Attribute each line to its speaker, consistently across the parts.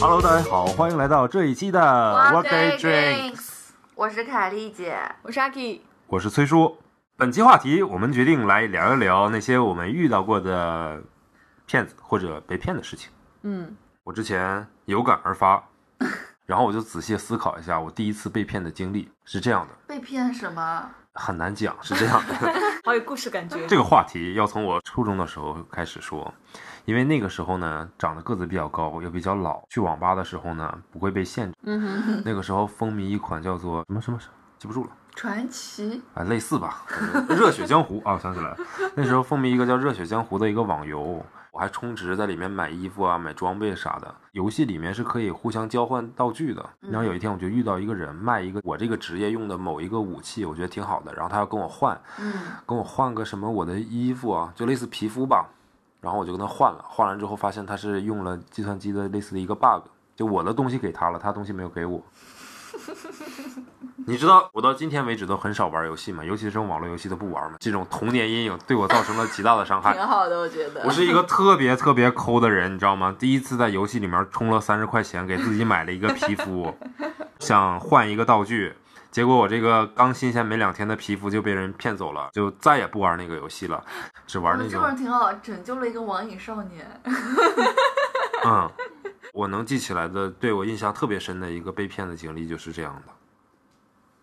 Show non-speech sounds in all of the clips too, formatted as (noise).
Speaker 1: Hello，大家好，欢迎来到这一期的呃 What Day Drink，
Speaker 2: Drinks，我是凯丽姐，
Speaker 3: 我是阿 K，
Speaker 1: 我是崔叔。本期话题，我们决定来聊一聊那些我们遇到过的骗子或者被骗的事情。
Speaker 3: 嗯，
Speaker 1: 我之前有感而
Speaker 3: (laughs)
Speaker 1: 发，然后我就仔细思考一下我第一次被骗的经历是这样的，
Speaker 2: 被骗什么？
Speaker 1: 很难讲，是这样的。
Speaker 3: (laughs) 好有故事感觉。
Speaker 1: 这个话题要从我初中的时候开始说，因为那个时候呢，长得个子比较高，又比较老，去网吧的时候呢，不会被限制。
Speaker 3: 嗯哼，
Speaker 1: 那个时候风靡一款叫做什么什么，记不住了
Speaker 2: 传奇
Speaker 1: 啊，类似吧，反正热血江湖啊，想起来了，那时候风靡一个叫热血江湖的一个网游，我还充值在里面买衣服啊、买装备啥的。游戏里面是可以互相交换道具的。然后有一天我就遇到一个人卖一个我这个职业用的某一个武器，我觉得挺好的，然后他要跟我换，跟我换个什么我的衣服啊，就类似皮肤吧。然后我就跟他换了，换了之后发现他是用了计算机的类似的一个 bug，就我的东西给他了，他东西没有给我。你知道我到今天为止都很少玩游戏嘛，尤其是这种网络游戏都不玩嘛。这种童年阴影对我造成了极大的伤害。
Speaker 2: (laughs) 挺好的，我觉得
Speaker 1: 我。是一个特别特别抠的人，你知道吗？第一次在游戏里面充了三十块钱，给自己买了一个皮肤，想换一个道具，结果我这个刚新鲜没两天的皮肤就被人骗走了，就再也不玩那个游戏了，只玩那
Speaker 2: 这
Speaker 1: 种
Speaker 2: 本挺好，拯救了一个网瘾少
Speaker 1: (laughs)
Speaker 2: 年。
Speaker 1: 嗯。我能记起来的，对我印象特别深的一个被骗的经历就是这样的。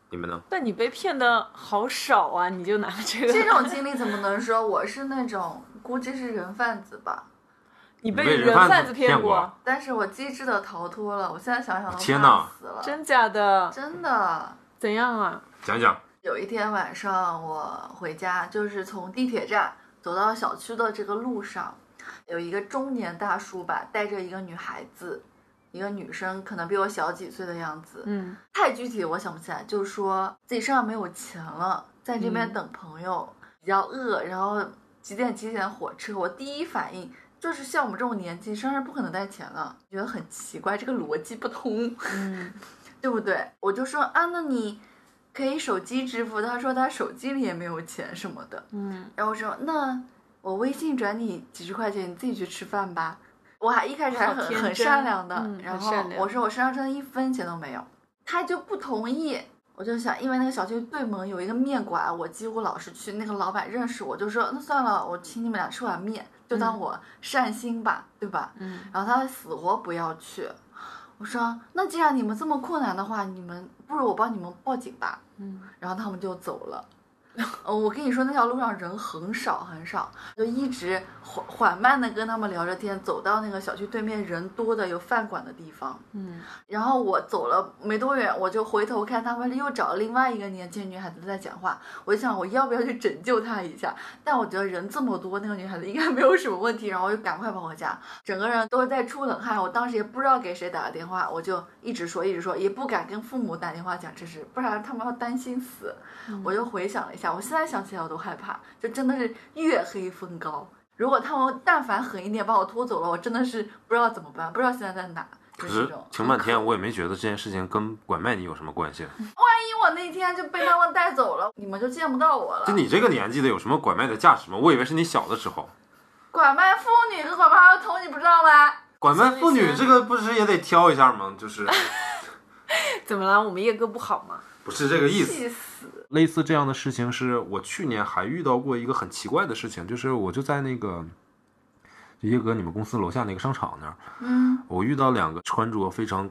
Speaker 1: 你们呢？
Speaker 3: 但你被骗的好少啊，你就拿这个，
Speaker 2: 这种经历怎么能说我是那种估计是人贩子吧？
Speaker 3: (laughs) 你
Speaker 1: 你被
Speaker 3: 被
Speaker 1: 人
Speaker 3: 人
Speaker 1: 贩
Speaker 3: 贩
Speaker 1: 子
Speaker 3: 子
Speaker 1: 骗过
Speaker 3: 过，
Speaker 2: 但是我机智的逃脱了，我现在想想都
Speaker 1: 天
Speaker 2: 怕
Speaker 1: 哪
Speaker 2: 死了，
Speaker 3: 真假的？
Speaker 2: 真的。
Speaker 3: 怎样啊？
Speaker 1: 讲讲。
Speaker 2: 有一天晚上，我回家，就是从地铁站走到小区的这个路上，有一个中年大叔吧，带着一个女孩子，一个女生，可能比我小几岁的样子。
Speaker 3: 嗯，
Speaker 2: 太具体我想不起来，就是说自己身上没有钱了，在这边
Speaker 3: 嗯
Speaker 2: 等朋友，比较饿，然后几点几点火车，我第一反应就是像我们这种年纪，身上不可能带钱的，觉得很奇怪，这个逻辑不通。 (laughs)
Speaker 3: 嗯，
Speaker 2: 对不对？我就说啊，那你可以手机支付。他说他手机里也没有钱什么的。
Speaker 3: 嗯，
Speaker 2: 然后我说那我微信转你几十块钱，你自己去吃饭吧。我还一开始还
Speaker 3: 好
Speaker 2: 很
Speaker 3: 天
Speaker 2: 很
Speaker 3: 真
Speaker 2: 善良的，
Speaker 3: 嗯
Speaker 2: 然
Speaker 3: 很
Speaker 2: 后
Speaker 3: 善良
Speaker 2: 我说我身上真的一分钱都没有，他就不同意。我就想，因为那个小区对门有一个面馆，我几乎老是去，那个老板认识我，就说那算了，我请你们俩吃碗面，就当
Speaker 3: 嗯
Speaker 2: 我善心吧，对吧？
Speaker 3: 嗯，
Speaker 2: 然后他死活不要去。我说，那既然你们这么困难的话，你们不如我帮你们报警吧。
Speaker 3: 嗯，
Speaker 2: 然后他们就走了。 (laughs) 呃，我跟你说，那条路上人很少很少，就一直缓缓慢的跟他们聊着天，走到那个小区对面人多的有饭馆的地方。
Speaker 3: 嗯，
Speaker 2: 然后我走了没多远，我就回头看他们又找另外一个年轻女孩子在讲话，我就想我要不要去拯救她一下？但我觉得人这么多，那个女孩子应该没有什么问题，然后我就赶快跑回家，整个人都在出冷汗。我当时也不知道给谁打的电话，我就一直说一直说，也不敢跟父母打电话讲这事，不然他们要担心死。我就回想了一下，我现在想起来我都害怕，就真的是月黑风高。如果他们但凡狠一点把我拖走了，我真的是不知道怎么办，不知道现在在哪。
Speaker 1: 可
Speaker 2: 就是这种
Speaker 1: 听半天，我也没觉得这件事情跟拐卖你有什么关系。
Speaker 2: 我那天就被他们带走
Speaker 1: (laughs)
Speaker 2: 了，你们就见不到我了
Speaker 1: 就。你这个年纪的，有什么拐卖的价值吗？我以为是你小的时候。
Speaker 2: 拐卖妇女和拐卖儿童，你不知道吗？
Speaker 1: 拐卖妇女这个不是也得挑一下吗？就是
Speaker 3: 怎么了？我们叶哥不好吗？
Speaker 1: 不是这个意思。
Speaker 2: 气死！
Speaker 1: 类似这样的事情是我去年还遇到过一个很奇怪的事情，就是我就在那个就叶哥你们公司楼下那个商场那儿，
Speaker 2: 嗯，
Speaker 1: 我遇到两个穿着非常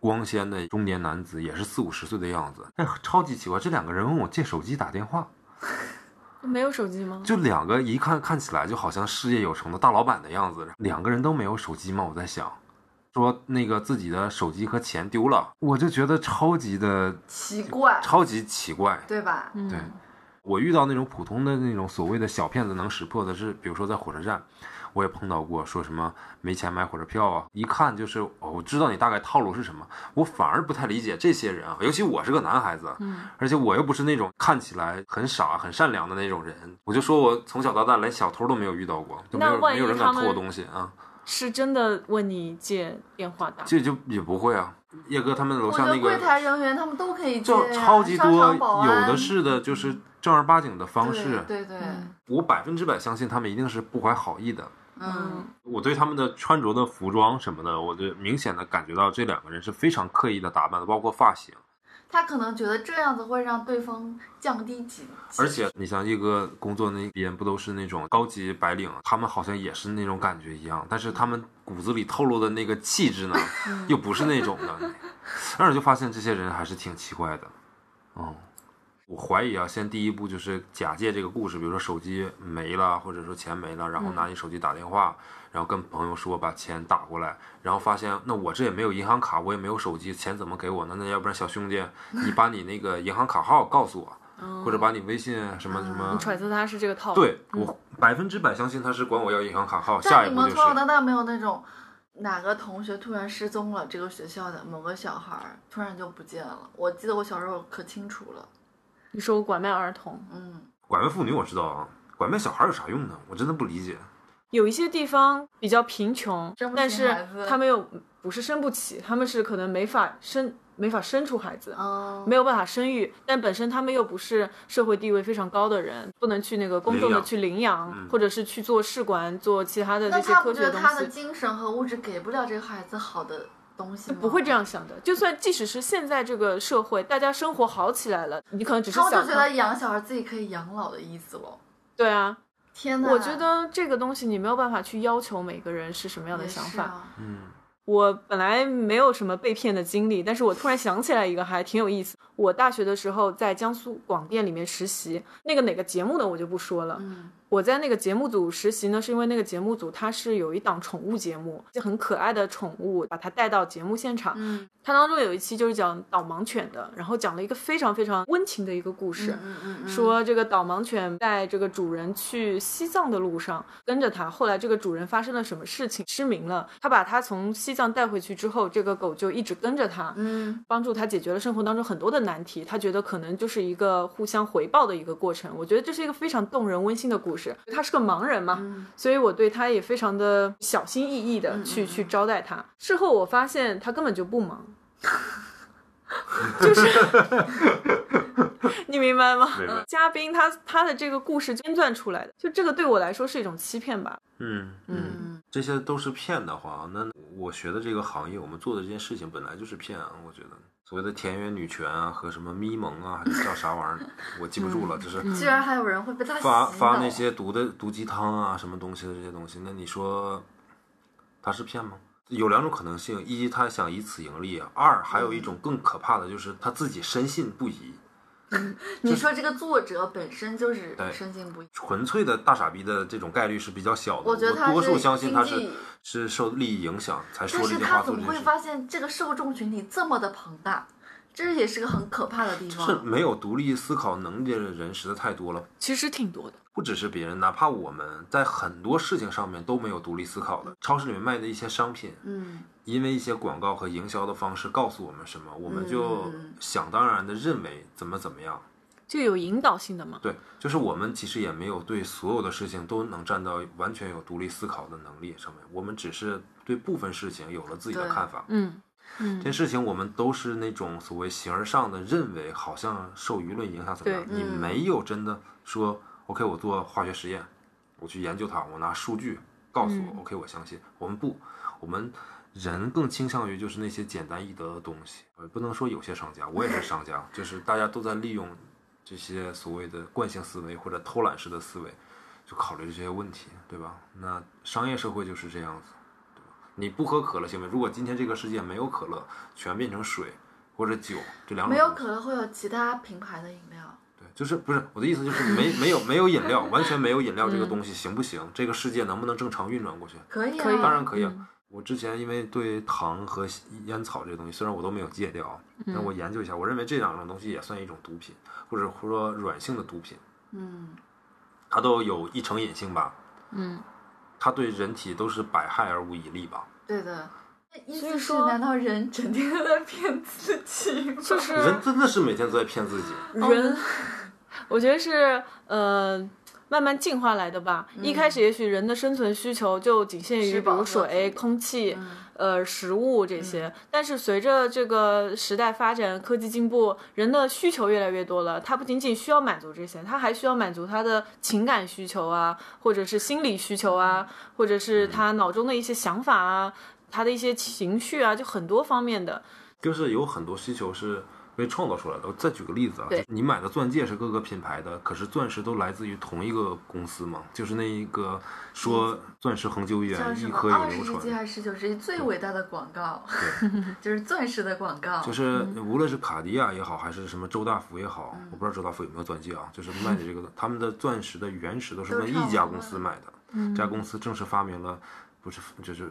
Speaker 1: 光鲜的中年男子，也是四五十岁的样子，但超级奇怪，这两个人问我借手机打电话，
Speaker 3: 没有手机吗？
Speaker 1: 就两个一看看起来就好像事业有成的大老板的样子，两个人都没有手机吗？我在想，说那个自己的手机和钱丢了，我就觉得超级的
Speaker 2: 奇怪，
Speaker 1: 超级奇怪。
Speaker 2: 对吧？
Speaker 3: 嗯
Speaker 1: 对我遇到那种普通的那种所谓的小骗子能识破的是，比如说在火车站，我也碰到过，说什么没钱买火车票啊，一看就是哦我知道你大概套路是什么，我反而不太理解这些人啊，尤其我是个男孩子，啊
Speaker 3: 嗯，
Speaker 1: 而且我又不是那种看起来很傻、很善良的那种人，我就说我从小到大连小偷都没有遇到过，就没有
Speaker 3: 那万
Speaker 1: 没
Speaker 3: 一
Speaker 1: 有人敢
Speaker 3: 他
Speaker 1: 偷
Speaker 3: 们
Speaker 1: 我东西啊，
Speaker 3: 是真的问你借电话打？
Speaker 1: 这就也不会啊。叶哥他们楼
Speaker 2: 我
Speaker 1: 下
Speaker 2: 觉
Speaker 1: 那
Speaker 2: 得柜
Speaker 1: 个
Speaker 2: 台人员他们都可以接
Speaker 1: 就
Speaker 2: 呀，
Speaker 1: 超级
Speaker 2: 商
Speaker 1: 多，
Speaker 2: 场保
Speaker 3: 啊
Speaker 1: 有
Speaker 2: 安
Speaker 1: 的是的，就是正儿八经的方式。
Speaker 2: 对对对，
Speaker 3: 嗯
Speaker 1: 我百分之百相信他们一定是不怀好意的，
Speaker 2: 嗯，
Speaker 1: 我对他们的穿着的服装什么的，我就明显的感觉到这两个人是非常刻意的打扮的，包括发型。
Speaker 2: 他可能觉得这样子会让对方降低警惕，
Speaker 1: 而且你像一个工作那边不都是那种高级白领，他们好像也是那种感觉一样，但是他们骨子里透露的那个气质呢，又不是那种的。然后就发现这些人还是挺奇怪的。嗯，我怀疑啊，先第一步就是假借这个故事，比如说手机没了，或者说钱没了，然后拿你手机打电话，然后跟朋友说把钱打过来，然后发现那我这也没有银行卡，我也没有手机，钱怎么给我呢？那要不然小兄弟，你把你那个银行卡号告诉我，
Speaker 3: 嗯
Speaker 1: 或者把你微信啊什么什么
Speaker 3: 你。揣测他是这个套路，
Speaker 1: 对我百分之百相信他是管我要银行卡号，下
Speaker 2: 但
Speaker 1: 一
Speaker 2: 你
Speaker 1: 步
Speaker 2: 们
Speaker 1: 就是
Speaker 2: 从小到大没有那种哪个同学突然失踪了，这个学校的某个小孩儿突然就不见了。我记得我小时候可清楚了，
Speaker 3: 你说我拐卖儿童，
Speaker 2: 嗯，
Speaker 1: 拐卖妇女，我知道啊，拐卖小孩有啥用呢？我真的不理解。
Speaker 3: 有一些地方比较贫穷
Speaker 2: 生，不
Speaker 3: 但
Speaker 2: 起
Speaker 3: 是
Speaker 2: 孩子
Speaker 3: 他们又不是生不起，他们是可能没法生没法生出孩子，
Speaker 2: 嗯，
Speaker 3: 没有办法生育，但本身他们又不是社会地位非常高的人，不能去那个公众
Speaker 1: 领
Speaker 3: 的
Speaker 1: 养嗯
Speaker 3: 去领养，或者是去做试管、做其他的
Speaker 2: 那
Speaker 3: 那些
Speaker 2: 他
Speaker 3: 科
Speaker 2: 不觉
Speaker 3: 学的
Speaker 2: 得
Speaker 3: 东
Speaker 2: 他的
Speaker 3: 西。
Speaker 2: 精神和物质给不了这个孩子好的东西吗？
Speaker 3: 不会这，样想的，就算即使是现在这个社会，大家生活好起来了，你可能只是
Speaker 2: 他
Speaker 3: 想
Speaker 2: 们就觉得养小孩自己可以养老的意思喽。
Speaker 3: 对啊。
Speaker 2: 天哪，
Speaker 3: 我觉得这个东西你没有办法去要求每个人是什么样的
Speaker 2: 也
Speaker 3: 想
Speaker 2: 是
Speaker 3: 法。
Speaker 2: 啊。
Speaker 1: 嗯，
Speaker 3: 我本来没有什么被骗的经历，但是我突然想起来一个还挺有意思。我大学的时候在江苏广电里面实习，那个哪个节目的我就不说了。
Speaker 2: 嗯，
Speaker 3: 我在那个节目组实习呢，是因为那个节目组它是有一档宠物节目，就很可爱的宠物，把它带到节目现场。
Speaker 2: 嗯，
Speaker 3: 它当中有一期就是讲导盲犬的，然后讲了一个非常非常温情的一个故事。
Speaker 2: 嗯嗯嗯，
Speaker 3: 说这个导盲犬带这个主人去西藏的路上跟着它，后来这个主人发生了什么事情失明了，他把它从西藏带回去之后，这个狗就一直跟着它，
Speaker 2: 嗯，
Speaker 3: 帮助他解决了生活当中很多的难题。他觉得可能就是一个互相回报的一个过程。我觉得这是一个非常动人温馨的故事。他是个盲人嘛，
Speaker 2: 嗯
Speaker 3: 所以我对他也非常的小心翼翼的去、去招待他。事后我发现他根本就不忙， (laughs) 就是 (laughs) 你明白吗？
Speaker 1: 明白。
Speaker 3: 嘉宾他他的这个故事编撰出来的，就这个对我来说是一种欺骗吧。
Speaker 1: 嗯嗯，
Speaker 2: 嗯
Speaker 1: 这些都是骗的话，那我学的这个行业，我们做的这件事情本来就是骗啊。我觉得所谓的田园女权啊，和什么咪蒙啊，还是叫啥玩意儿，我记不住
Speaker 2: 嗯
Speaker 1: 了，就是
Speaker 2: 居然还有人会被他洗
Speaker 1: 发
Speaker 2: 脑，
Speaker 1: 发那些毒的毒鸡汤啊，什么东西的这些东西，那你说他是骗吗？有两种可能性：一，他想以此盈利；啊二，还有一种更可怕的就是他自己深信不疑，
Speaker 2: 你说这个作者本身就是
Speaker 1: 对
Speaker 2: 深信不疑，
Speaker 1: 纯粹的大傻逼的这种概率是比较小的。
Speaker 2: 我觉得他
Speaker 1: 多
Speaker 2: 是
Speaker 1: 数相信他
Speaker 2: 经
Speaker 1: 是
Speaker 2: 济
Speaker 1: 是受利益影响才说
Speaker 2: 但
Speaker 1: 这
Speaker 2: 是
Speaker 1: 句
Speaker 2: 他
Speaker 1: 话
Speaker 2: 怎
Speaker 1: 做这件
Speaker 2: 么会
Speaker 1: 事。
Speaker 2: 发现这个受众群体这么的庞大？这也是个很可怕的地
Speaker 1: 是
Speaker 2: 方。
Speaker 1: 没有独立思考能力的人实在太多了，
Speaker 3: 其实挺多的，
Speaker 1: 不只是别人，哪怕我们在很多事情上面都没有独立思考的。超市里面卖的一些商品，
Speaker 2: 嗯，
Speaker 1: 因为一些广告和营销的方式告诉我们什么，我们就
Speaker 2: 嗯
Speaker 1: 想当然的认为怎么怎么样。
Speaker 3: 就有引导性的嘛。
Speaker 1: 对，就是我们其实也没有对所有的事情都能站到完全有独立思考的能力上面，我们只是对部分事情有了自己的
Speaker 2: 对
Speaker 1: 看法。
Speaker 3: 嗯，
Speaker 1: 这事情我们都是那种所谓形而上的认为，好像受舆论影响怎么样？
Speaker 3: 对
Speaker 1: 你
Speaker 2: 嗯
Speaker 1: 没有真的说，OK，我做化学实验，我去研究它，我拿数据告诉我、
Speaker 3: 嗯
Speaker 1: o k 我相信。我们不，我们人更倾向于就是那些简单易得的东西。呃，不能说有些商家，我也是商家，就是大家都在利用这些所谓的惯性思维或者偷懒式的思维，就考虑这些问题，对吧？那商业社会就是这样子。你不喝可乐行为，如果今天这个世界没有可乐，全变成水或者酒这两种东西，
Speaker 2: 没有可能会有其他品牌的饮料。
Speaker 1: 对，就是不是我的意思，就是没没有没有饮料，完全没有饮料这
Speaker 2: 嗯
Speaker 1: 个东西行不行？这个世界能不能正常运转过去？
Speaker 2: 可以啊，
Speaker 3: 可以
Speaker 1: 当然可以啊。我之前因为对糖和烟草这个东西，虽然我都没有戒掉，啊但
Speaker 2: 嗯
Speaker 1: 我研究一下，我认为这两种东西也算一种毒品，或者说软性的毒品，
Speaker 2: 嗯，
Speaker 1: 它都有一成瘾性吧，
Speaker 3: 嗯，
Speaker 1: 它对人体都是百害而无一利吧。
Speaker 2: 对的。那意
Speaker 3: 所以
Speaker 2: 思是，
Speaker 3: 说
Speaker 2: 难道人整天都在骗自己吗？
Speaker 3: 就是
Speaker 2: 哦
Speaker 1: 人真的是每天都在骗自己。
Speaker 3: 人，我觉得是呃，慢慢慢进化来的吧。一开始也许人的生存需求就仅限于
Speaker 2: 吃
Speaker 3: 比
Speaker 2: 饱
Speaker 3: 如
Speaker 2: 喝
Speaker 3: 水、
Speaker 2: 足
Speaker 3: 空气、呃食物这些，但是随着这个时代发展、科技进步，人的需求越来越多了。他不仅仅需要满足这些，他还需要满足他的情感需求啊，或者是心理需求啊，或者是他脑中的一些想法啊，他的一些情绪啊，就很多方面的。
Speaker 1: 就是有很多需求是被创造出来的。我再举个例子啊
Speaker 3: 对，
Speaker 1: 你买的钻戒是各个品牌的，可是钻石都来自于同一个公司嘛？就是那一个说钻石恒久远
Speaker 2: 叫，什
Speaker 1: 一
Speaker 2: 么
Speaker 1: 颗
Speaker 2: 二
Speaker 1: 永
Speaker 2: 十
Speaker 1: 流
Speaker 2: 世纪
Speaker 1: 传。
Speaker 2: 还是十九世纪最伟大的广告，
Speaker 1: 对，
Speaker 2: (laughs) 就是钻石的广告，
Speaker 1: 就是
Speaker 2: 嗯
Speaker 1: 无论是卡地亚也好，还是什么周大福也好，我不知道周大福有没有钻戒啊，就是卖的这个，他们的钻石的原石都是
Speaker 2: 都
Speaker 1: 那
Speaker 2: 差不
Speaker 1: 一家
Speaker 2: 多嗯
Speaker 1: 公司买的，这家公司正式发明了。不是，就是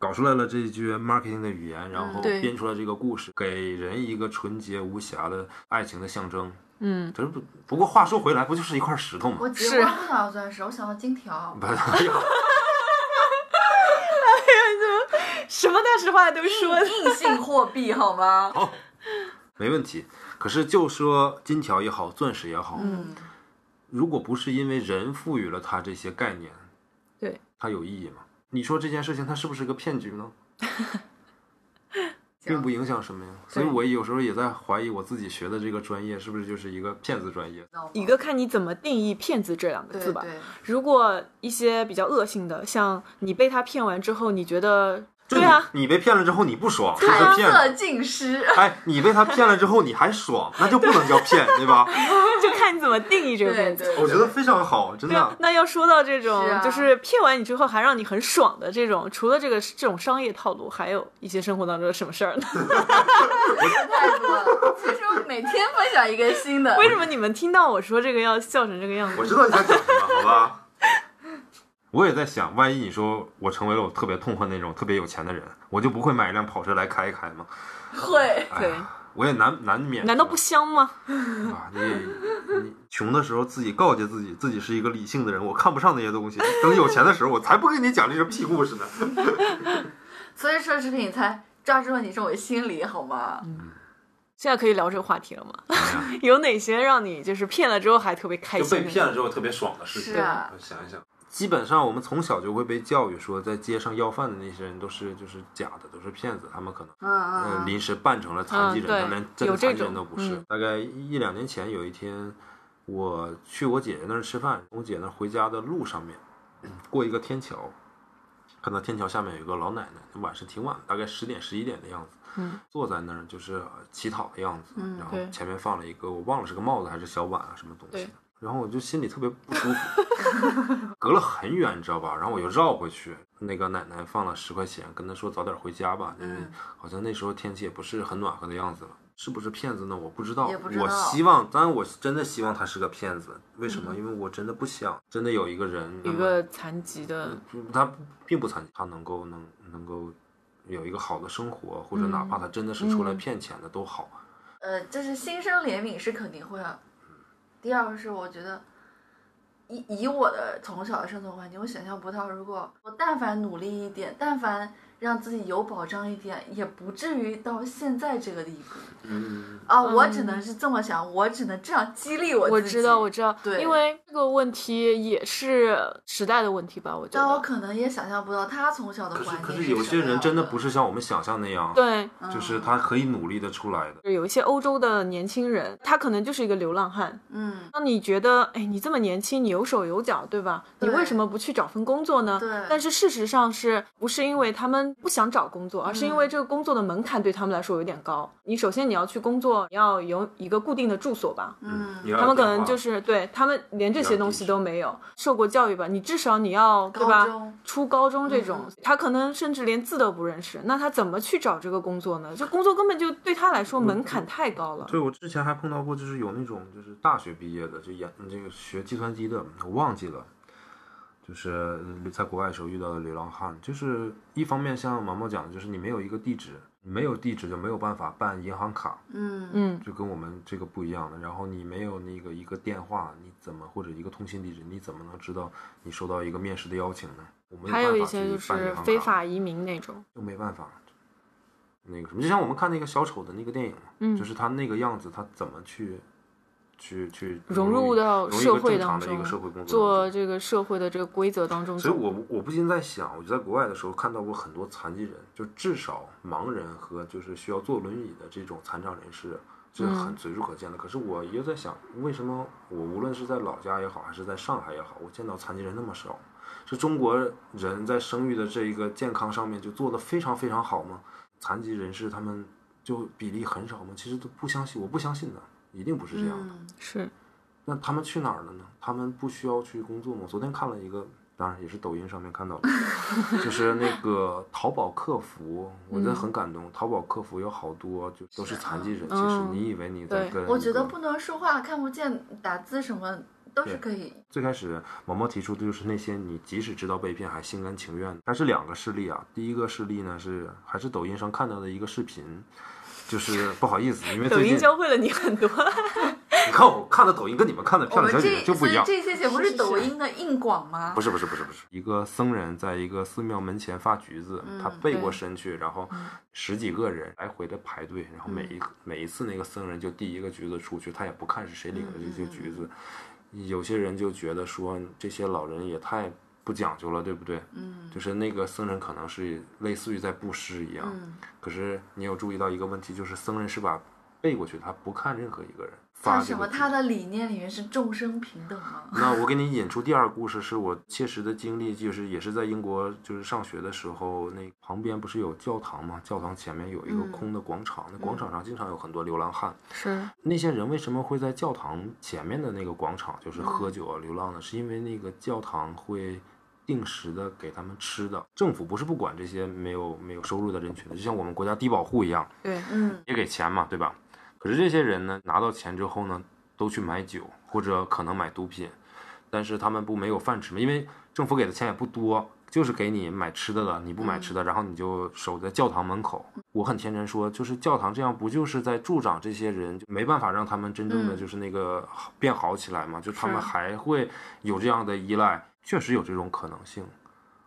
Speaker 1: 搞出来了这一句 marketing 的语言，
Speaker 2: 嗯
Speaker 1: 然后
Speaker 3: 对
Speaker 1: 编出来这个故事，给人一个纯洁无瑕的爱情的象征。
Speaker 3: 嗯，
Speaker 1: 这不不过话说回来，不就是一块石头
Speaker 2: 我
Speaker 1: 吗？
Speaker 2: 结
Speaker 3: 是
Speaker 2: 婚不想要钻石，我想要金条。
Speaker 1: 不， (laughs) 哎呀
Speaker 3: 什么大实话都说的。
Speaker 2: 硬性货币好吗？
Speaker 1: 没问题。可是就说金条也好，钻石也好，
Speaker 2: 嗯，
Speaker 1: 如果不是因为人赋予了它这些概念，
Speaker 3: 对
Speaker 1: 它有意义吗？你说这件事情它是不是个骗局
Speaker 3: (laughs)
Speaker 1: 呢？并不影响什么呀。所以我有时候也在怀疑我自己学的这个专业是不是就是一个骗子专业。
Speaker 2: 一
Speaker 3: (laughs) 一个看你怎么定义“骗子”这两个
Speaker 2: 对
Speaker 3: 字吧。
Speaker 2: 对，
Speaker 3: 如果一些比较恶性的，像你被他骗完之后，你觉得对啊， (laughs)
Speaker 1: 你，你被骗了之后你不爽，这
Speaker 2: 贪
Speaker 1: 是骗
Speaker 2: 色
Speaker 1: 子。
Speaker 2: 尽失。
Speaker 1: 哎，你被他骗了之后你还爽，那就不能叫骗，对吧？
Speaker 3: 就看你怎么定义这个
Speaker 2: 对
Speaker 3: 骗子。
Speaker 2: 对，
Speaker 1: 我觉得非常好，真
Speaker 3: 对啊
Speaker 1: 的，。
Speaker 3: 那要说到这种，
Speaker 2: 是啊
Speaker 3: 就是骗完你之后还让你很爽的这种，除了这个这种商业套路，还有一些生活当中的什么事儿呢？ (laughs)
Speaker 2: 太多了。其实我每天分享一个新的，
Speaker 3: 为什么你们听到我说这个要笑成这个样
Speaker 1: 我
Speaker 3: 子？
Speaker 1: 知道你想讲什么，好吧？我也在想，万一你说我成为了我特别痛恨那种特别有钱的人，我就不会买一辆跑车来开一开吗？
Speaker 2: 会
Speaker 1: 哎
Speaker 3: 对
Speaker 1: 呀，我也难难免。
Speaker 3: 难道不香吗？
Speaker 1: 啊？你你穷的时候自己告诫自己，自己是一个理性的人，我看不上那些东西。等有钱的时候，我才不跟你讲这些屁故事呢。
Speaker 2: 所以奢侈品才抓住了你这种心理好吗？
Speaker 1: 嗯
Speaker 3: 现在可以聊这个话题了吗？ (laughs)
Speaker 1: 哎
Speaker 3: 有哪些让你就是骗了之后还特别
Speaker 1: (laughs)
Speaker 3: 开
Speaker 1: 就
Speaker 3: 心？
Speaker 1: 被骗了。之后特别爽的事情，
Speaker 2: 是啊
Speaker 1: 我想一想。基本上我们从小就会被教育说，在街上要饭的那些人都是就是假的，都是骗子，他们可能呃
Speaker 2: 嗯嗯，
Speaker 1: 临时扮成了残疾人，
Speaker 3: 嗯
Speaker 1: 他连
Speaker 3: 啊对
Speaker 1: 真
Speaker 3: 有
Speaker 1: 的
Speaker 3: 这
Speaker 1: 残疾人
Speaker 3: 种
Speaker 1: 都不是。
Speaker 3: 嗯
Speaker 1: 大概一两年前有一天，我去我姐姐那儿吃饭，我姐那儿回家的路上面过一个天桥，看到天桥下面有一个老奶奶，晚上挺晚，大概十点十一点的样子，
Speaker 3: 嗯
Speaker 1: 坐在那儿就是乞讨的样子，
Speaker 2: 嗯
Speaker 1: 然后
Speaker 3: 对
Speaker 1: 前面放了一个我忘了是个帽子还是小碗啊什么东西
Speaker 3: 对
Speaker 1: 的。然后我就心里特别不舒服，隔了很远，你知道吧？然后我又绕回去，那个奶奶放了十块钱，跟她说早点回家吧，因为
Speaker 2: 嗯
Speaker 1: 好像那时候天气也不是很暖和的样子了，是不是骗子呢？我不知道，
Speaker 2: 也不知道
Speaker 1: 我希望，当然我是真的希望他是个骗子。为什么？因为我真的不想，真的有一个人，
Speaker 3: 一个残疾的，
Speaker 1: 那么他并不残疾，他能够能能够有一个好的生活，或者哪怕他真的是出来骗钱的都好。
Speaker 2: 呃，就是心生怜悯是肯定会啊。第二个是我觉得。以以我的从小的生存环境，我想象不到，如果我但凡努力一点，但凡让自己有保障一点，也不至于到现在这个地步。
Speaker 1: 嗯，
Speaker 2: 啊，我只能是这么想，我只能这样激励我
Speaker 3: 我
Speaker 2: 自
Speaker 3: 知
Speaker 2: 己
Speaker 3: 道，我知道，
Speaker 2: 对
Speaker 3: 因为这个问题也是时代的问题吧，我觉
Speaker 2: 但我
Speaker 3: 得。
Speaker 2: 可能也想象不到他从小的
Speaker 1: 可是
Speaker 2: 环境
Speaker 1: 可是有些人真的不是像我们想象那样，
Speaker 3: 对，
Speaker 1: 就是他可以努力的出来的。
Speaker 3: 有一些欧洲的年轻人，他可能就是一个流浪汉。
Speaker 2: 嗯，
Speaker 3: 当你觉得，哎，你这么年轻，你有手有脚，对吧？你
Speaker 2: 对
Speaker 3: 为什么不去找份工作呢？
Speaker 2: 对
Speaker 3: 但是事实上是不是因为他们不想找工作，而是因为这个工作的门槛对他们来说有点高。你首先你要去工作，你要有一个固定的住所吧，
Speaker 2: 嗯，
Speaker 1: 你要
Speaker 3: 他们可
Speaker 1: 有
Speaker 3: 能
Speaker 1: 呃电话
Speaker 3: 就是对他们连这些东西都没有，受过教育吧？你至少你要对
Speaker 2: 高
Speaker 3: 吧
Speaker 2: 中？嗯
Speaker 3: 初高中这种，他可能甚至连字都不认识，那他怎么去找这个工作呢？这工作根本就对他来说门槛太高了。
Speaker 1: 嗯对，我之前还碰到过，就是有那种就是大学毕业的，就研这个学计算机的，我忘记了，就是呃在国外时候遇到的流浪汉，就是一方面像毛毛讲的，就是你没有一个地址，你没有地址就没有办法办银行卡，
Speaker 2: 嗯
Speaker 3: 嗯，
Speaker 1: 就跟我们这个不一样的。然后你没有那个一个电话，你怎么或者一个通信地址，你怎么能知道你收到一个面试的邀请呢？我没
Speaker 3: 还有
Speaker 1: 办
Speaker 3: 一
Speaker 1: 法
Speaker 3: 些
Speaker 1: 去
Speaker 3: 就
Speaker 1: 办银
Speaker 3: 是
Speaker 1: 行
Speaker 3: 非
Speaker 1: 卡
Speaker 3: 法移民那种，
Speaker 1: 就没办法，那个什么，就像我们看那个小丑的那个电影嘛，
Speaker 3: 嗯
Speaker 1: 就是他那个样子，他怎么去去去
Speaker 3: 融入到
Speaker 1: 融入一
Speaker 3: 社
Speaker 1: 个
Speaker 3: 会
Speaker 1: 正常
Speaker 3: 当
Speaker 1: 的一
Speaker 3: 中
Speaker 1: 个社会工，作当
Speaker 3: 做
Speaker 1: 中。
Speaker 3: 这个社会的这个规则当中
Speaker 1: 所以
Speaker 3: 走。
Speaker 1: 我我不禁在想，我就在国外的时候看到过很多残疾人，就至少盲人和就是需要坐轮椅的这种残障人士，这很随处可见的。可是我也在想，为什么我无论是在老家也好，还是在上海也好，我见到残疾人那么少？是中国人在生育的这一个健康上面就做得非常非常好吗？残疾人士他们就比例很少吗？其实都不相信，我不相信的，一定不是这样的。
Speaker 2: 嗯，
Speaker 3: 是，
Speaker 1: 那他们去哪儿了呢？他们不需要去工作吗？我昨天看了一个，当然也是抖音上面看
Speaker 2: (laughs)
Speaker 1: 到的，就是那个淘宝客服，我
Speaker 2: 嗯
Speaker 1: 真的很感动。淘宝客服有好多就都是残疾人，其实
Speaker 3: 嗯
Speaker 1: 你以为你在
Speaker 3: 对
Speaker 1: 跟
Speaker 2: 啊我
Speaker 1: 一
Speaker 2: 觉
Speaker 1: 个
Speaker 2: 得不能说话、看不见、打字什么都是可以。
Speaker 1: 最开始毛毛提出的就是那些你即使知道被骗还心甘情愿的，它是两个事例啊。第一个事例呢是还是抖音上看到的一个视频，就是不好意思，因为
Speaker 3: 抖
Speaker 1: 最近
Speaker 3: 音教会了你很多。 (laughs)
Speaker 1: 你看我看的抖音跟你们看的
Speaker 2: 我
Speaker 1: 漂
Speaker 2: 们
Speaker 1: 亮小姐
Speaker 2: 这
Speaker 1: 姐就不
Speaker 2: 所
Speaker 1: 一
Speaker 2: 以
Speaker 1: 样。
Speaker 2: 这些节目
Speaker 3: 是
Speaker 2: 是
Speaker 3: 是
Speaker 2: 抖
Speaker 3: 是
Speaker 2: 音的硬广吗
Speaker 1: 不？是不是不是不是，一个僧人在一个寺庙门前发橘子，
Speaker 2: 嗯
Speaker 1: 他背过
Speaker 3: 对
Speaker 1: 身去，然后十几个人来回的排队，然后每
Speaker 2: 嗯
Speaker 1: 一、每一次那个僧人就递一个橘子出去，他也不看是谁领的这
Speaker 2: 嗯
Speaker 1: 些橘子。有些人就觉得说这些老人也太不讲究了，对不对？
Speaker 2: 嗯
Speaker 1: 就是那个僧人可能是类似于在布施一样，
Speaker 2: 嗯，
Speaker 1: 可是你有注意到一个问题，就是僧人是把背过去，他不看任何一个人发
Speaker 2: 他
Speaker 1: 这
Speaker 2: 什么？
Speaker 1: 个橘子。
Speaker 2: 他的理念里面是众生平等吗？
Speaker 1: 那我给你引出第二个故事，是我切实的经历，就是也是在英国，就是上学的时候，那旁边不是有教堂吗？教堂前面有一个
Speaker 2: 嗯
Speaker 1: 空的广场，那广场上经常有很多流浪汉。
Speaker 3: 是，
Speaker 1: 那些人为什么会在教堂前面的那个广场就是
Speaker 2: 嗯
Speaker 1: 喝酒啊、流浪呢？是因为那个教堂会定时的给他们吃的，政府不是不管这些没有没有收入的人群的，就像我们国家低保户一样，
Speaker 3: 对，
Speaker 2: 嗯，
Speaker 1: 也给钱嘛，对吧？可是这些人呢，拿到钱之后呢，都去买酒或者可能买毒品，但是他们不没有饭吃嘛，因为政府给的钱也不多，就是给你买吃的了，你不买吃
Speaker 2: 嗯
Speaker 1: 的，然后你就守在教堂门口。我很天真说，就是教堂这样不就是在助长这些人，就没办法让他们真正的
Speaker 2: 嗯
Speaker 1: 就是那个好变好起来嘛？就他们
Speaker 3: 是
Speaker 1: 还会有这样的依赖，确实有这种可能性。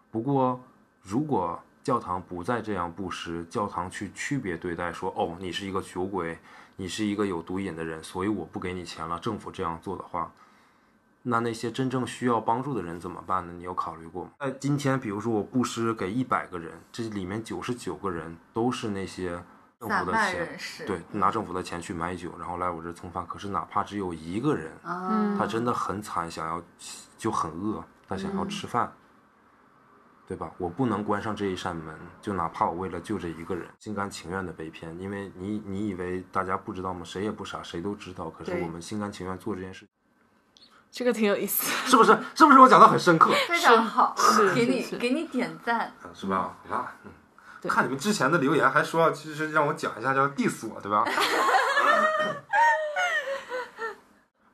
Speaker 1: 不过，如果教堂不再这样布施，教堂去区别对待说，哦，你是一个酒鬼，你是一个有毒瘾的人，所以我不给你钱了。政府这样做的话，那那些真正需要帮助的人怎么办呢？你有考虑过吗？在今天，比如说我布施给一百个人，这里面九十九个人都是那些政
Speaker 2: 散
Speaker 1: 府的
Speaker 2: 漫
Speaker 1: 钱
Speaker 2: 人，士。
Speaker 1: 对，拿政府的钱去买酒，然后来我这蹭饭。可是哪怕只有一个人，
Speaker 2: 啊，
Speaker 1: 他
Speaker 3: 嗯
Speaker 1: 真的很惨，想要就很饿，他想要
Speaker 2: 嗯
Speaker 1: 吃饭，对吧？我不能关上这一扇门，就哪怕我为了救这一个人，心甘情愿的被骗，因为你你以为大家不知道吗？谁也不傻，谁都知道。可是
Speaker 3: 对
Speaker 1: 我们心甘情愿做这件事，
Speaker 3: 这个挺有意思。
Speaker 1: 是不是？是不是我讲的很深刻？呃
Speaker 2: 非常好，
Speaker 3: 是
Speaker 2: 给
Speaker 3: 是
Speaker 2: 你
Speaker 3: 是
Speaker 2: 给你点赞。
Speaker 1: 是吧？你看，嗯
Speaker 3: 对
Speaker 1: 看你们之前的留言还说要，其实让我讲一下叫 diss 我，对吧？ (laughs)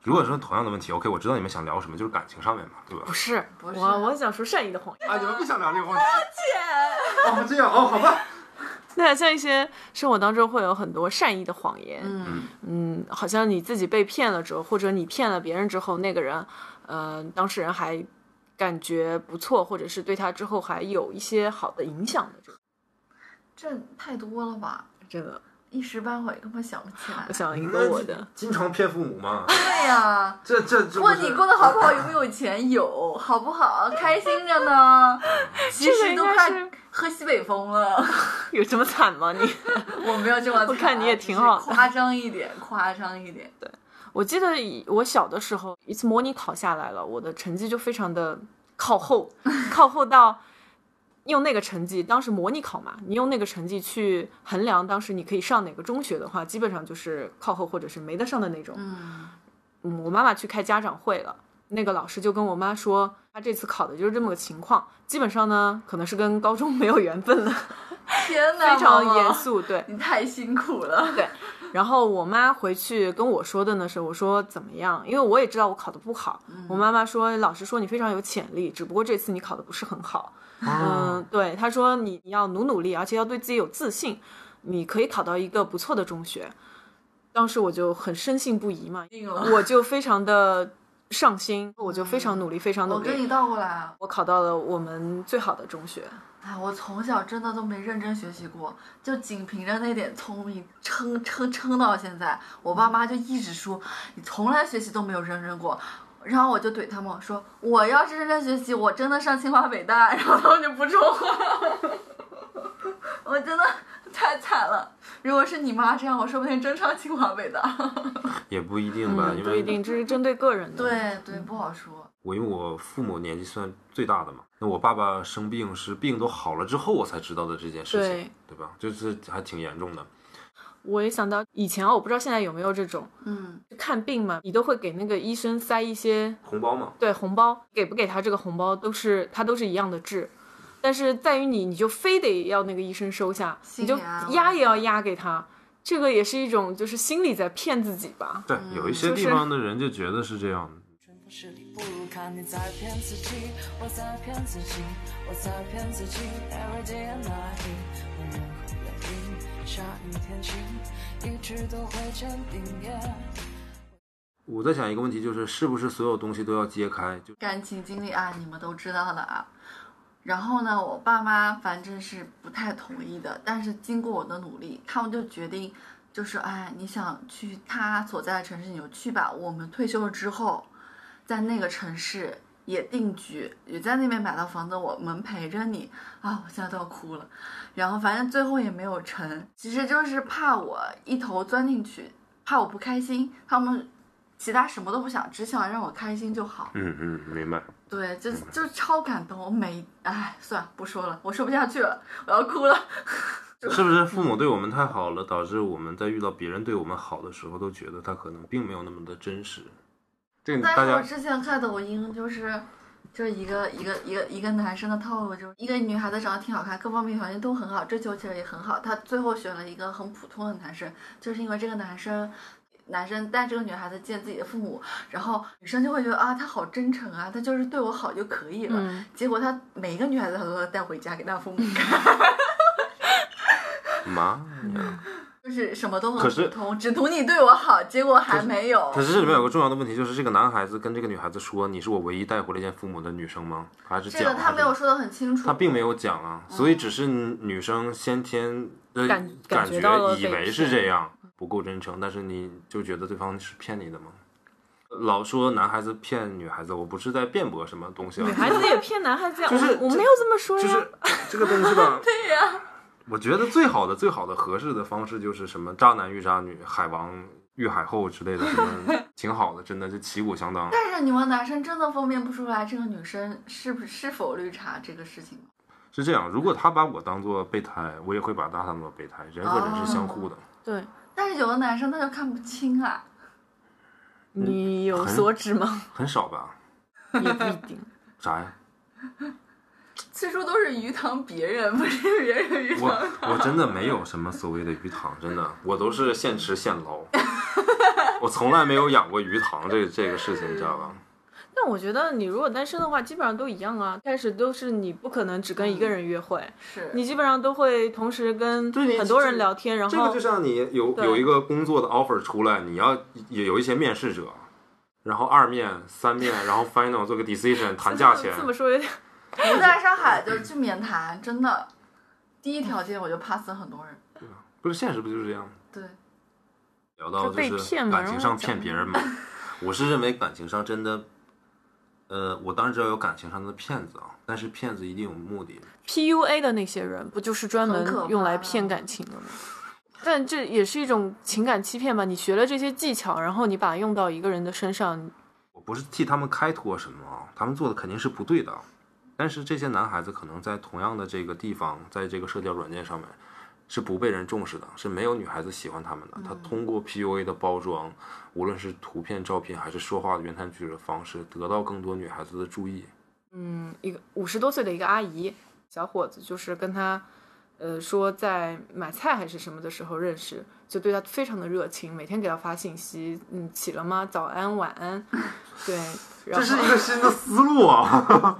Speaker 1: 如果说同样的问题，OK，我知道你们想聊什么，就是感情上面嘛，对吧
Speaker 3: 不？是，
Speaker 2: 不是
Speaker 3: 我我想说善意的谎言。
Speaker 1: 啊，你们不想聊这个话题？哦，这样哦，好吧。
Speaker 3: 那像一些生活当中会有很多善意的谎言，
Speaker 2: 嗯
Speaker 3: 嗯，好像你自己被骗了之后，或者你骗了别人之后，那个人，呃，当事人还感觉不错，或者是对他之后还有一些好的影响的，这个
Speaker 2: 这太多了吧？
Speaker 3: 真的，
Speaker 2: 一时半会根本想不起来
Speaker 3: 我。想一个我的，
Speaker 1: 经常骗父母
Speaker 2: (laughs)
Speaker 1: 嘛，
Speaker 2: 对
Speaker 1: (laughs)
Speaker 2: 呀，
Speaker 1: 这这这不
Speaker 2: 问
Speaker 1: 是
Speaker 2: 你过得好不好，有没有钱，有好不好，开心着
Speaker 1: (laughs)
Speaker 2: 呢。其
Speaker 3: 这个
Speaker 2: 实
Speaker 3: 应
Speaker 2: 都
Speaker 3: 该
Speaker 2: 快
Speaker 3: 是
Speaker 2: 喝西北风了，
Speaker 3: (laughs)
Speaker 2: (laughs)
Speaker 3: 有这么惨吗？你？ (laughs)
Speaker 2: 我没有这么惨。
Speaker 3: 我看你也挺好的
Speaker 2: 只是夸张一点，夸张一点。
Speaker 3: 我记得以我小的时候，一次模拟考下来了，我的成绩就非常的靠后， (laughs) 靠后到用那个成绩，当时模拟考嘛，你用那个成绩去衡量当时你可以上哪个中学的话，基本上就是靠后或者是没得上的那种。
Speaker 2: 嗯，
Speaker 3: 嗯，我妈妈去开家长会了，那个老师就跟我妈说，她这次考的就是这么个情况，基本上呢，可能是跟高中没有缘分了，
Speaker 2: 天哪，
Speaker 3: 非常
Speaker 2: 毛毛
Speaker 3: 严，肃，对。
Speaker 2: 你太辛苦了。
Speaker 3: 然后我妈回去跟我说的呢是，我说怎么样？因为我也知道我考的不好，我妈妈说老师说你非常有潜力，只不过这次你考的不是很好。
Speaker 1: 啊
Speaker 3: 嗯，对，她说你你要努努力，而且要对自己有自信，你可以考到一个不错的中学。当时我就很深信不疑嘛，
Speaker 2: 定了
Speaker 3: 我就非常的。上心，我就非常努力，非常努
Speaker 2: 我跟
Speaker 3: 力。
Speaker 2: 你倒过来啊，
Speaker 3: 我考到了我们最好的中学，
Speaker 2: 哎，我从小真的都没认真学习过，就仅凭着那点聪明撑撑撑到现在。我爸妈就一直说你从来学习都没有认真过，然后我就怼他们我说我要是认真学习，我真的上清华北大，然后他们就不中了。 (laughs) 我真的太惨了。如果是你妈这样，我说不定真上清华北大。
Speaker 1: 也不一定吧，
Speaker 3: 嗯
Speaker 1: 因
Speaker 3: 不
Speaker 1: 为
Speaker 3: 一定，这是针对个人的。，
Speaker 2: 对对，不好说。
Speaker 1: 我因为我父母年纪算最大的嘛，那我爸爸生病是病都好了之后我才知道的这件事情，
Speaker 3: 对
Speaker 1: 对吧？就是还挺严重的。
Speaker 3: 我也想到以前啊，我不知道现在有没有这种，
Speaker 2: 嗯，
Speaker 3: 就看病嘛，你都会给那个医生塞一些
Speaker 1: 红包嘛，
Speaker 3: 对红包，给不给他这个红包都是他都是一样的治，但是在于你，你就非得要那个医生收下，你
Speaker 2: 心理
Speaker 3: 就
Speaker 2: 啊
Speaker 3: 压也要压给他，这个也是一种就是心里在骗自己吧。
Speaker 1: 对，有一些
Speaker 3: 就是
Speaker 1: 地方的人就觉得是这样的。
Speaker 4: 春风十里，不如看你在骗自己，我在骗自己，我在骗自己。Every day and night，无论和远近，下雨天晴，一直都会坚定。Yeah
Speaker 1: 我在想一个问题，就是是不是所有东西都要揭开？就
Speaker 2: 感情经历啊，你们都知道的啊。然后呢，我爸妈反正是不太同意的，但是经过我的努力，他们就决定，就是哎，你想去他所在的城市你就去吧，我们退休了之后，在那个城市也定居，也在那边买到房子，我们陪着你啊！我现在都要哭了。然后反正最后也没有成，其实就是怕我一头钻进去，怕我不开心，他们其他什么都不想，只想让我开心就好。
Speaker 1: 嗯嗯，明白。
Speaker 2: 对，就就超感动，我每哎，算了，不说了，我说不下去了，我要哭了。
Speaker 1: 嗯是不是父母对我们太好了，导致我们在遇到别人对我们好的时候，都觉得他可能并没有那么的真实？这个大
Speaker 2: (laughs) 但是我
Speaker 1: 家
Speaker 2: 之前看抖音就是。就是一个一个一个一个男生的套路，就是一个女孩子长得挺好看，各方面条件都很好，追求起来也很好。她最后选了一个很普通的男生，就是因为这个男生，男生带这个女孩子见自己的父母，然后女生就会觉得啊，他好真诚啊，他就是对我好就可以了。
Speaker 3: 嗯
Speaker 2: 结果他每一个女孩子他都带回家给他父母看，
Speaker 1: 妈呀！
Speaker 2: 就是什么都
Speaker 1: 可
Speaker 2: 很
Speaker 1: 是
Speaker 2: 普通，只图你对我好，结果还没有。
Speaker 1: 可是这里面有个重要的问题，就是这个男孩子跟这个女孩子说：“你是我唯一带回来见父母的女生吗？”还是
Speaker 2: 这
Speaker 1: 讲？
Speaker 2: 个他没有
Speaker 1: 还是
Speaker 2: 说的很清楚，
Speaker 1: 他并没有讲啊，所以只是女生先天的
Speaker 3: 感
Speaker 1: 感
Speaker 3: 感觉到了
Speaker 1: 以为
Speaker 3: 被
Speaker 1: 是
Speaker 3: 骗
Speaker 1: 这样，不够真诚，但是你就觉得对方是骗你的吗？老说男孩子骗女孩子，我不是在辩驳什么东西啊，
Speaker 3: 女孩子也骗男孩子呀，
Speaker 1: (laughs) 就是
Speaker 3: 我我没有这么说呀。
Speaker 1: 就是 (laughs) 这个东西吧。 (laughs) 对呀、我觉得最好的、最好的、合适的方式就是什么渣男遇渣女、海王遇海后之类的，什么挺好的，真的就旗鼓相当。
Speaker 2: 但是你们男生真的分辨不出来这个女生是不是否绿茶这个事情吗？
Speaker 1: 是这样，如果他把我当做备胎，我也会把他当做备胎，人和人是相互的。
Speaker 3: 对
Speaker 2: 但是有的男生他就看不清啊，
Speaker 1: 嗯
Speaker 3: 你有所指吗？
Speaker 1: 很少吧？
Speaker 3: 也不一 (laughs) 定。
Speaker 1: 啥呀？
Speaker 2: 最初都是鱼塘别人，不是别人鱼
Speaker 1: 我
Speaker 2: 塘。
Speaker 1: 我真的没有什么所谓的鱼塘，真的，我都是现吃现捞，我从来没有养过鱼塘这这个事情，你知道吧？
Speaker 3: 但我觉得你如果单身的话，基本上都一样啊。开始都是你不可能只跟一个人约会，
Speaker 2: 是
Speaker 3: 你基本上都会同时跟
Speaker 1: 嗯对你
Speaker 3: 很多人聊天，然
Speaker 1: 这个
Speaker 3: 后
Speaker 1: 就像你有
Speaker 3: 对
Speaker 1: 有一个工作的 offer 出来，你要也有一些面试者，然后二面、三面，然后 final 做个
Speaker 3: (laughs)
Speaker 1: decision 谈价钱
Speaker 3: 这。么说有点
Speaker 2: 不在上海就去免谈，真的。第一条件我就 pass 了很多人，
Speaker 1: 不是现实不就是这样吗？
Speaker 2: 对，
Speaker 1: 聊到
Speaker 3: 就被
Speaker 1: 就是
Speaker 3: 骗嘛
Speaker 1: 感情上
Speaker 3: 然后讲
Speaker 1: 骗别人嘛，我是认为感情上真的，呃，我当然知道有感情上的骗子啊，但是骗子一定有目的。
Speaker 3: PUA 的那些人，不就是专
Speaker 2: 很可
Speaker 3: 门
Speaker 2: 怕啊
Speaker 3: 用来骗感情的吗？但这也是一种情感欺骗吧？你学了这些技巧，然后你把它用到一个人的身上，
Speaker 1: 我不是替他们开脱什么啊，他们做的肯定是不对的啊。但是这些男孩子可能在同样的这个地方，在这个社交软件上面是不被人重视的，是没有女孩子喜欢他们的。
Speaker 3: 嗯
Speaker 1: 他通过 PUA 的包装，无论是图片、照片还是说话的言谈举止的方式，得到更多女孩子的注意。
Speaker 3: 嗯，一个五十多岁的一个阿姨小伙子，就是跟他，呃，说在买菜还是什么的时候认识，就对他非常的热情，每天给他发信息，嗯，起了吗？早安，晚安，对，然后
Speaker 1: 个新的思路啊！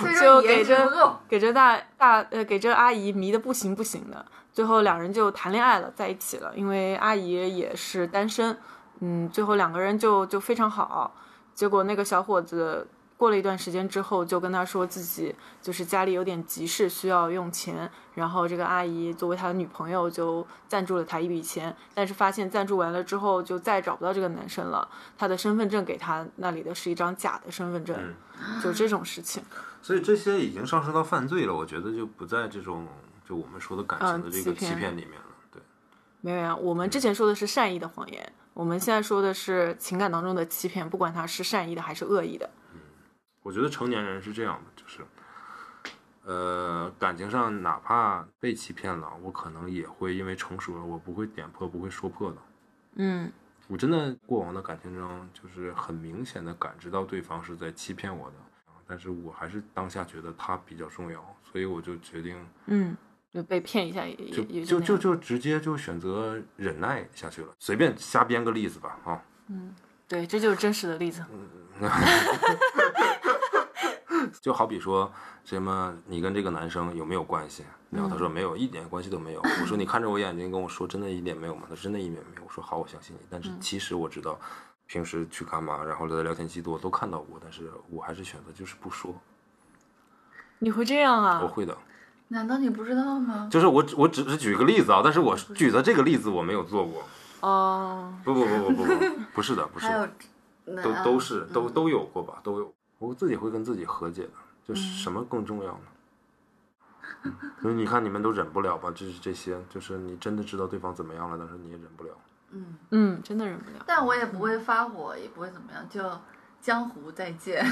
Speaker 2: 所以
Speaker 3: 就
Speaker 2: 说
Speaker 3: 给
Speaker 2: 颜值
Speaker 3: 这
Speaker 2: 不够，
Speaker 3: 给这大大呃给这阿姨迷的不行不行的，最后两人就谈恋爱了，在一起了，因为阿姨也是单身，嗯，最后两个人就就非常好，结果那个小伙子过了一段时间之后，就跟他说自己就是家里有点急事需要用钱，然后这个阿姨作为他的女朋友就赞助了他一笔钱，但是发现赞助完了之后就再也找不到这个男生了，他的身份证给他那里的是一张假的身份证，就这种事情，
Speaker 1: (laughs) 所以这些已经上升到犯罪了，我觉得就不在这种就我们说的感情的这个
Speaker 3: 嗯欺骗
Speaker 1: 欺骗里面了。对，
Speaker 3: 没有呀，我们之前说的是善意的谎言，我们现在说的是情感当中的欺骗，不管他是善意的还是恶意的。
Speaker 1: 我觉得成年人是这样的，就是，呃，感情上哪怕被欺骗了，我可能也会因为成熟了，我不会点破，不会说破的。
Speaker 3: 嗯，
Speaker 1: 我真的过往的感情中，就是很明显的感知到对方是在欺骗我的，但是我还是当下觉得他比较重要，所以我就决定
Speaker 3: 嗯，就被骗一下也也
Speaker 1: 就
Speaker 3: 也
Speaker 1: 就
Speaker 3: 那
Speaker 1: 就
Speaker 3: 样
Speaker 1: 就直接就选择忍耐下去了。随便瞎编个例子吧，啊，
Speaker 3: 对，这就是真实的例子。
Speaker 1: 嗯就好比说什么你跟这个男生有没有关系？然后他
Speaker 2: 嗯
Speaker 1: 说没有，一点关系都没有。我说你看着我眼睛跟我说真的一点没有吗？他说真的一点没有。我说好，我相信你。但
Speaker 2: 嗯
Speaker 1: 是其实我知道，平时去干嘛，然后在聊天记录我都看到过，但是我还是选择就是不说。
Speaker 3: 你会这样
Speaker 1: 我
Speaker 3: 啊？
Speaker 1: 会的。
Speaker 2: 难道你不知道吗？
Speaker 1: 就是我只我只是举个例子啊，但是我举的这个例子我没有做过。
Speaker 3: 哦，
Speaker 1: 不不不不不不，不是的，不是
Speaker 2: 还有嗯
Speaker 1: 的，，
Speaker 2: 那
Speaker 3: 嗯
Speaker 1: 都都是都都有过吧，都有。我自己会跟自己和解的，就是
Speaker 3: 嗯
Speaker 1: 什么更重要
Speaker 3: (laughs)
Speaker 1: 呢？嗯所以你看，你们都忍不了吧？就是这些，就是你真的知道对方怎么样了，但是你也忍不了。
Speaker 2: 嗯，
Speaker 3: 嗯，真的忍不了。
Speaker 2: 但我也不会发火，也不会怎么样，就江湖再见。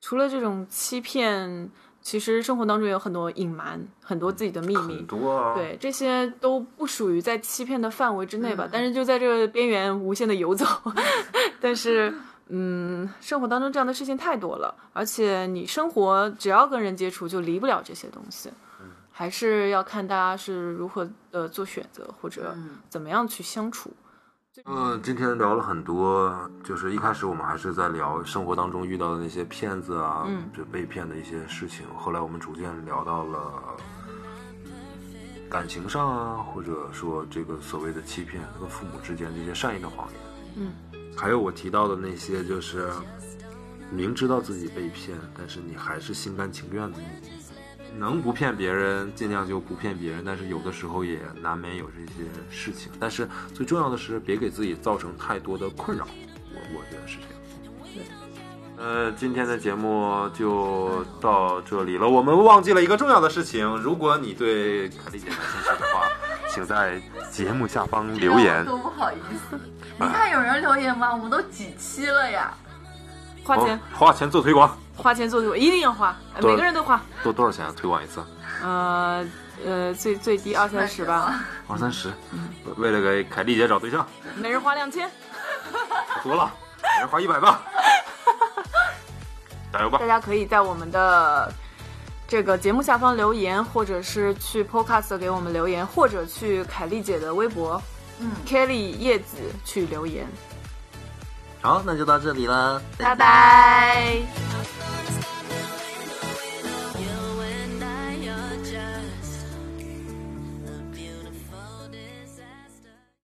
Speaker 3: 除了这种欺骗，其实生活当中有很多隐瞒，很多自己的秘
Speaker 1: 很
Speaker 3: 密。
Speaker 1: 多啊，，
Speaker 3: 对，这些都不属于在欺骗的范围之内
Speaker 1: 嗯
Speaker 3: 吧，但是就在这个边缘无限的游走。 (laughs) 但是，嗯，生活当中这样的事情太多了，而且你生活只要跟人接触，就离不了这些东西。
Speaker 1: 嗯
Speaker 3: 还是要看大家是如何呃做选择，或者
Speaker 2: 嗯
Speaker 3: 怎么样去相处。
Speaker 1: 嗯，今天聊了很多，就是一开始我们还是在聊生活当中遇到的那些骗子啊，
Speaker 3: 嗯
Speaker 1: 就被骗的一些事情。后来我们逐渐聊到了感情上啊，或者说这个所谓的欺骗，跟父母之间这些善意的谎言。
Speaker 3: 嗯，
Speaker 1: 还有我提到的那些，就是明知道自己被骗，但是你还是心甘情愿的。能不骗别人，尽量就不骗别人。但是有的时候也难免有这些事情。但是最重要的是，别给自己造成太多的困扰。我我觉得是这样。呃，今天的节目就到这里了。我们忘记了一个重要的事情，如果你对凯丽姐感兴趣的话，请在节目下方留
Speaker 2: (laughs)
Speaker 1: 言。
Speaker 2: 哎
Speaker 1: 啊
Speaker 2: 多不好意思。你看有人留言吗？我们都几期了呀？
Speaker 3: 花钱、
Speaker 1: 哦花钱做推广，
Speaker 3: 花钱做主，一定要花，呃
Speaker 1: 对
Speaker 3: 每个人都花。
Speaker 1: 多多少钱啊、推广一次？
Speaker 3: 呃呃，最最低二三十吧，
Speaker 1: 二三十，为了给凯丽姐找对象，
Speaker 3: 每人花两千。
Speaker 1: 太多了，每人花一百吧，加油吧
Speaker 3: 大！家可以在我们的这个节目下方留言，或者是去 Podcast 给我们留言，或者去凯丽姐的微博，
Speaker 2: 嗯
Speaker 3: Kelly 叶子去留言。
Speaker 1: 好，那就到这里了，
Speaker 3: 拜拜